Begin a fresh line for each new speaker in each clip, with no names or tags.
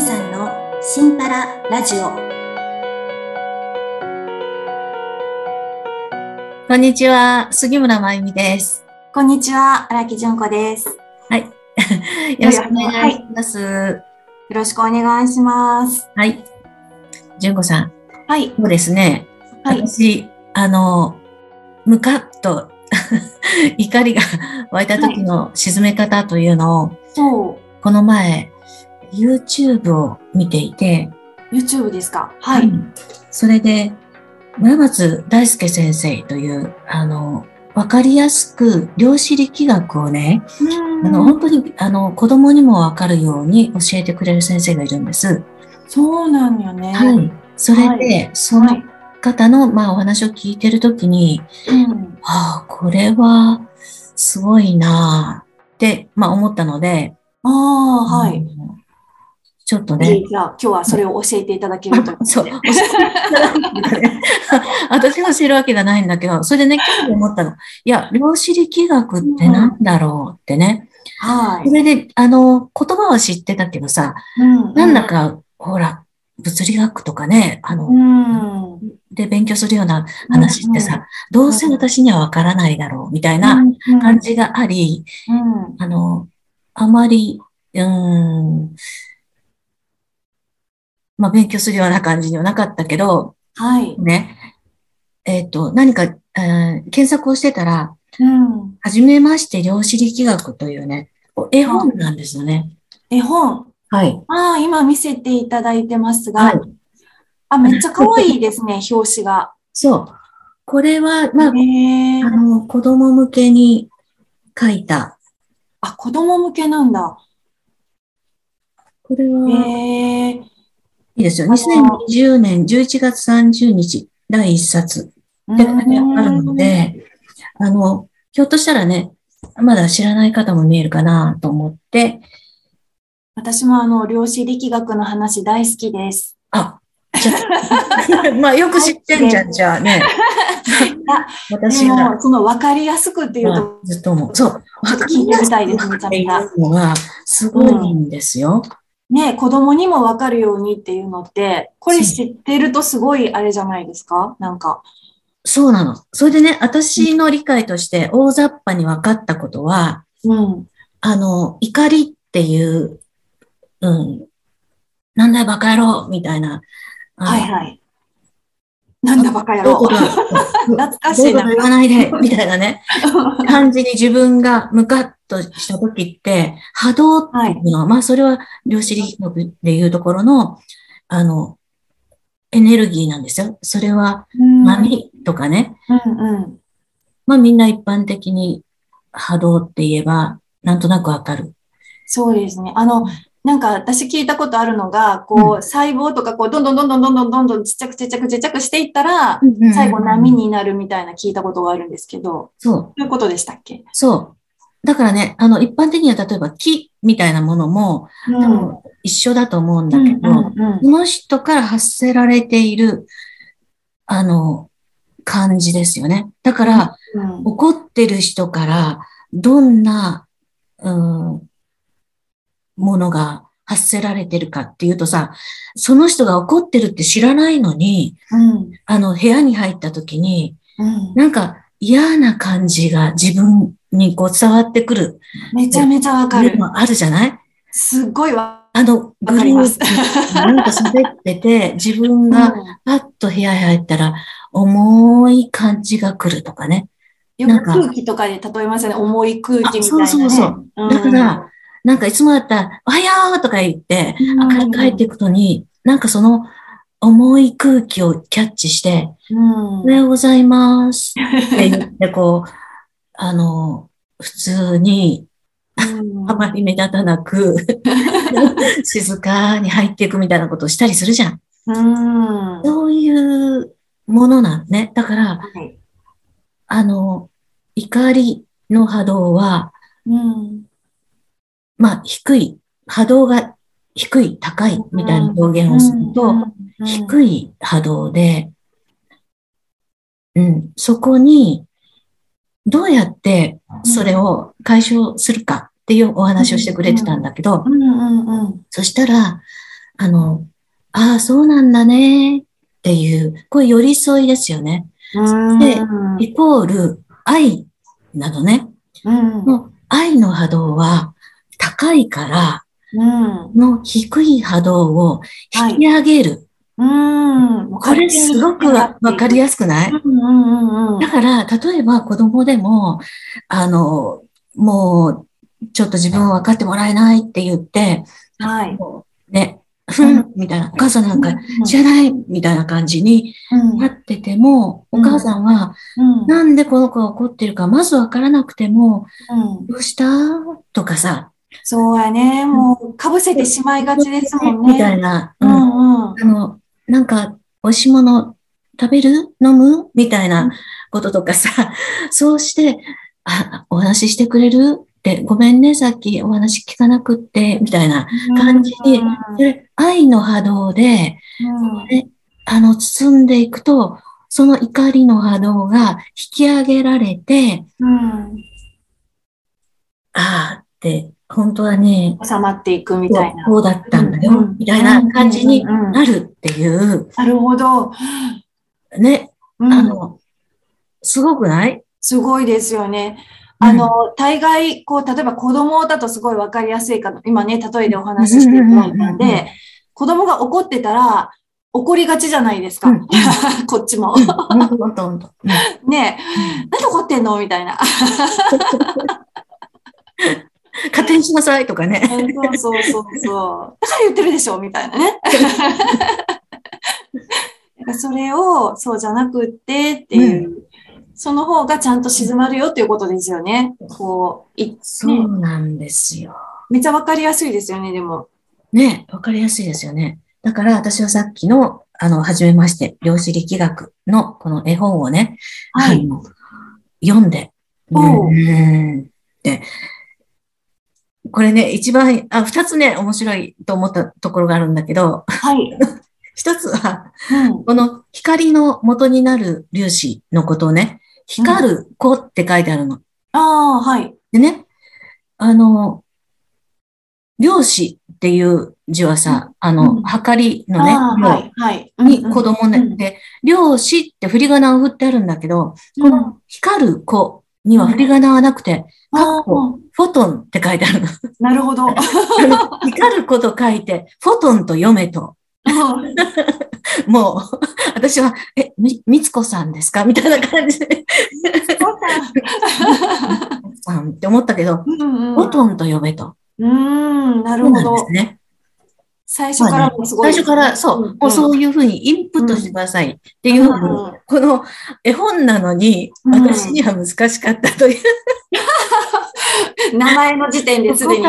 さんのシンパララジオ。
こんにちは、杉村真由美です。
こんにちは、荒木純子です。よ
よろしくお願いします。はい。
ろしくお願いします。
純子さん、
はい。
そうですね。
はい。
私、あの、ムカッと 怒りが 湧いた時の沈め方というのを、
そ
この前、YouTube を見ていて、
う、YouTube ですか。はい。
うんそれで、村松大輔先生という、あの、わかりやすく量子力学をね、あ
う
の
ん
本当にあの子供にもわかるように教えてくれる先生がいるんです。
そうなんよね。
はい。それで、そ
は
の
い。
方の、まあ、お話を聞いてるときに、
うん。
ああ、これはすごいなあって、まあ、思ったので、
ああ、は
あ
い。
のちょっと
え
ね
ー、じゃあ、今日はそれを教えていただけると。
そう、教えていただくんだね 私が教えるわけじゃないんだけど、それ でね、今日思ったの。いや、量子力学ってなんだろうってね。
は
そ
い。
れで、あの、言葉は知ってたけどさ、
うん
なんだ。か、ほら、物理学とかね、あ
う
の、
ん。
で勉強するような話ってさ、どうせ私にはわからないだろう、みたいな
うん、
感じがあり、
うん。
あの、あまり、うーん、まあ、勉強するような感じにはなかったけど、
はい。
ね、えっ、と、何か、えー検索をしてたら、
うん。
はじめまして量子力学というね、お絵本なんですよね。
絵本。
はい。
ああ、今見せていただいてますが、
はい。
あ、めっちゃ可愛いですね、 表紙が。
そう。これは、まあ、
へえ
あの、子供向けに書いた。
あ、子供向けなんだ。
これ
へ
は、い
え
いですよ。
の
2020年11月30日、第1冊
う
って書いてあるので、あの、ひょっとしたらね、まだ知らない方も見えるかなと思って、
私もあの、量子力学の話大好きです。
あ、じゃあ、 まあ、よく知ってんじゃん、じゃあね。私
で
が
も、その分かりやすくっていう
ま
と
あ、ずっと思う。そう。
ちょっと聞いてみたいですめちゃめちゃ
っていうのが、すごいんですよ。
ね、子供にも分かるようにっていうのって、これ知ってるとすごいあれじゃないですかなんか。
そうなの。それでね、私の理解として大雑把に分かったことは、
うん。
あの、怒りっていう、うん、なんだよバカ野郎みたいな、あの
はいはい。なんだバカ野
どういうこ
郎
と。
懐かし
どうい
いう
こと
な。
言わないで、みたいなね、 感じに自分がムカッとした時って、波動っていうのは、まあそれは量子力学でいうところの、あの、エネルギーなんですよ。それは
うん
波とかね、
うんうん。
まあみんな一般的に波動って言えば、なんとなくわかる。
そうですね。あの、なんか私聞いたことあるのが、こう、細胞とか、こう、どんどんどんどんどんどんどんどんちっちゃくちっちゃくちっちゃくしていったら、最後波。になるみたいな聞いたことがあるんですけど、
そう、
そういうことでしたっけ
そう。だからね、あの、一般的には例えば木みたいなものも、
うん
多分一緒だと思うんだけど、
うん
この人から発せられている、あの、感じですよね。だから、
うん
怒ってる人から、どんな、うん、ものが発せられてるかっていうとさ、その人が怒ってるって知らないのに、
うん
あの、部屋に入った時に、
うん
なんか嫌な感じが自分にこう伝わってくる。
めちゃめちゃわかる。
もあるじゃない
すっごいわ。
あの、
わかります
グループなんか喋って て、自分が、
うん
パッと部屋へ入ったら、重い感じが来るとかね。
よ
なん
く
か
空気とかで例えますよね。重い空気みたいなね。
あそうそうそうだからなんかいつもだったら、おはようとか言って、
うん、
明るく帰っていくのに、なんかその重い空気をキャッチして、
うん、
おはようございますって言って、こう、 あの、普通に、
うん
あまり目立た なく、静かに入っていくみたいなことをしたりするじゃん。
うん。は
そういうものなんね。だから、
い
あの、怒りの波動は、
うん
まあ、低い、波動が低い、高いみたいな表現をする
う
と、
んうん
低い波動で、うん、そこに、どうやってそれを解消するかっていうお話をしてくれてたんだけど
う、んうんうん。
そしたら、あの、ああ、そうなんだねっていう、こういう寄り添いですよね。で、イコール愛なのね。
うん、
もう愛の波動は高いから、
うん、
の低い波動を引き上げる。
はい、うん
これすごくわかりやすくない、だから、例えば子供でも、あの、もう、ちょっと自分を分かってもらえないって言って、
はい。
ね、ふん、みたいな、お母さんなんか知らない、みたいな感じになってても、お母さんは、なんでこの子が怒ってるか、まずわからなくても、どうしたとかさ。
そうやね。もう、かぶせてしまいがちですもんね。
みたいな。
うん、あ
の、なんか、美味しいもの食べる飲むみたいなこととかさ、 そうして、あ、お話ししてくれるっごめんね、さっきお話聞かなくって、みたいな感じに、それ、愛の波動で、ね、あの、包んでいくと、その怒りの波動が引き上げられて、
うん、
ああって、本当はね、
収まっていくみたいな。
こうだったんだよ、みたいな感じになるっていう。
なるほど。
ね、あの、すごくない
すごいですよね。あの、大概、こう、例えば子供だとすごいわかりやすいかの、今ね、例えでお話ししていただいたんで、子供が怒ってたら、怒りがちじゃないですか。 こっちも。ねえ、何怒ってんのみたいな。
勝手にしなさいとかね。
そうそうそうそう。だから言ってるでしょみたいな ね。それを、そうじゃなくってっていう。その方がちゃんと静まるよっていうことですよね。こう、い
そうなんですよ。
めっちゃわかりやすいですよね、でも。
ね、わかりやすいですよね。だから私はさっきの、あの、はじめまして、量子力学のこの絵本をね、
はい。
読んで、
お
うんで、これね、一番、あ、二つね、面白いと思ったところがあるんだけど、
はい。
一つは、うん、この光の元になる粒子のことをね、光る子って書いてあるの。うん、
ああ、はい。
でね、あの、量子っていう字はさ、あの、はかりのね、
はい、はい。
に子供ね、で、量子って振り仮名を振ってあるんだけど、この光る子には振り仮名はなくて、かっこ、フォトンって書いてあるの。
なるほ ど。
光る子と書いて、フォトンと読めと。もう、 私は、え、み、みつこさんですかみたいな感じで。さんって思ったけど、
うん
ボトンと呼べと。
うん、なるほど。
ね、
最初からもすご。
い、最初から、そう、もうそういうふうにインプットしてくださいっていう、この絵本なのに、私には難しかったという
名前の時点ですでに。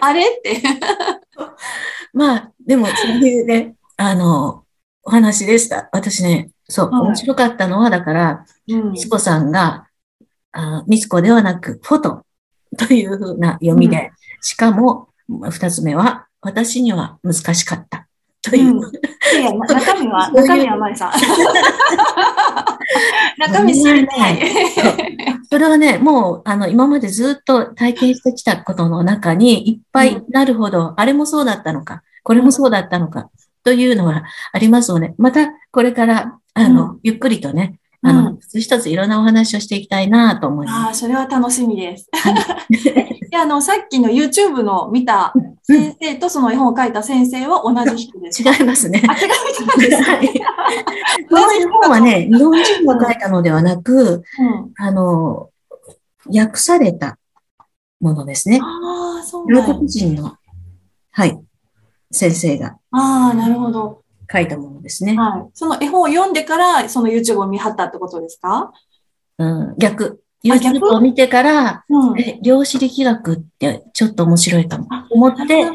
あれって。
まあ、でも、そういうね、あの、お話でした。私ね、そう、はい、面白かったのは、だから、みつこさんが、みつこではなく、フォトというふうな読みで、うん、しかも、二つ目は、私には難しかった。という。うん、
いや、中身は、中身はまり さん。中身知りたい。
それはね、もう、あの、今までずっと体験してきたことの中にいっぱいなるほど、うん、あれもそうだったのか、これもそうだったのか、というのはありますので、またこれから、あの、うん、ゆっくりとね、あの、うん、一ついろんなお話をしていきたいなと思います。あ
あ、それは楽しみです。 で、あの、さっきの YouTube の見た先生とその絵本を書いた先生は同じ人です。
違いますね。
あ、 違う人ですか、ね。
この絵本はね、日本人が書いたのではなく、うん、あの、訳されたものですね。
ああ、そう
なん外国人の、はい、先生が。
ああ、なるほど。
書いたものですね。
はい。その絵本を読んでから、その YouTube を見張ったってことですか
うん、逆。YouTube を見てから、うん、え、量子力学ってちょっと面白いかも。思って、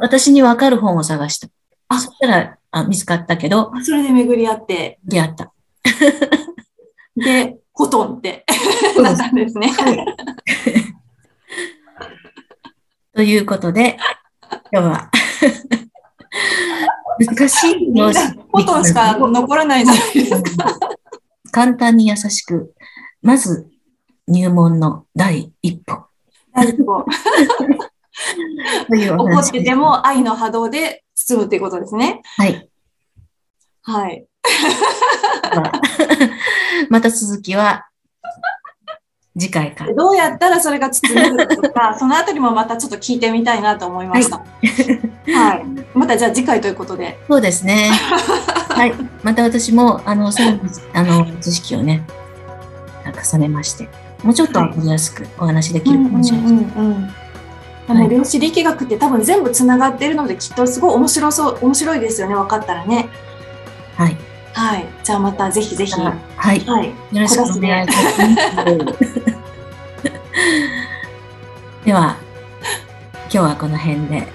私にわかる本を探した。あ、そしたらあ見つかったけど。
それで巡り合って。
出会った。
で、ほとんってなったん ですね。はい、
ということで、今日は。 難しいの。
ことしか残らないじゃないですか。
簡単に優しく。まず、入門の第一歩。
第一歩。
というお
怒
話
ってても愛の波動で包むっていうことですね。
はい。
はい。
また続きは、次回から。
どうやったらそれが包めるの か、そのあたりもまたちょっと聞いてみたいなと思いました。はい。またじゃあ次回ということで。
そうで すね。はい。また私も、あの、そう、あの、知識をね、重ねまして、もうちょっと分かりやすくお話できるかもしれない。
ん。あの量子力学って多分全部つながってるのできっとすごい面白そう面白いですよね分かったらね
はい。
はいじゃあまたぜひぜひは
はい。よ
い
ろしくお願い します。では、今日はこの辺で。
わ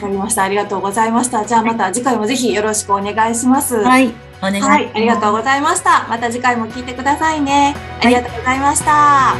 かりましたありがとうございましたじゃあまた次回もぜひよろしくお願いします
はい。お願いします。
はい、ありがとうございました。また次回も聞いてくださいね。ありがとうございました。